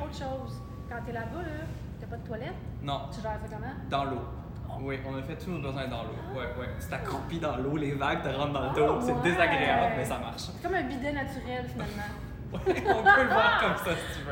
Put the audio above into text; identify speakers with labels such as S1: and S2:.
S1: autre chose. Quand t'es là-bas, là, t'as pas de toilette,
S2: Non,
S1: tu gères ça comment?
S2: dans l'eau. Oui, on a fait tous nos besoins dans l'eau. Ouais, ouais. Tu t'accroupis dans l'eau, les vagues te rentrent dans le dos,
S1: Ah,
S2: c'est
S1: ouais.
S2: désagréable, mais ça marche.
S1: C'est comme un bidet naturel, finalement.
S2: Ouais, on peut le voir comme ça si tu veux.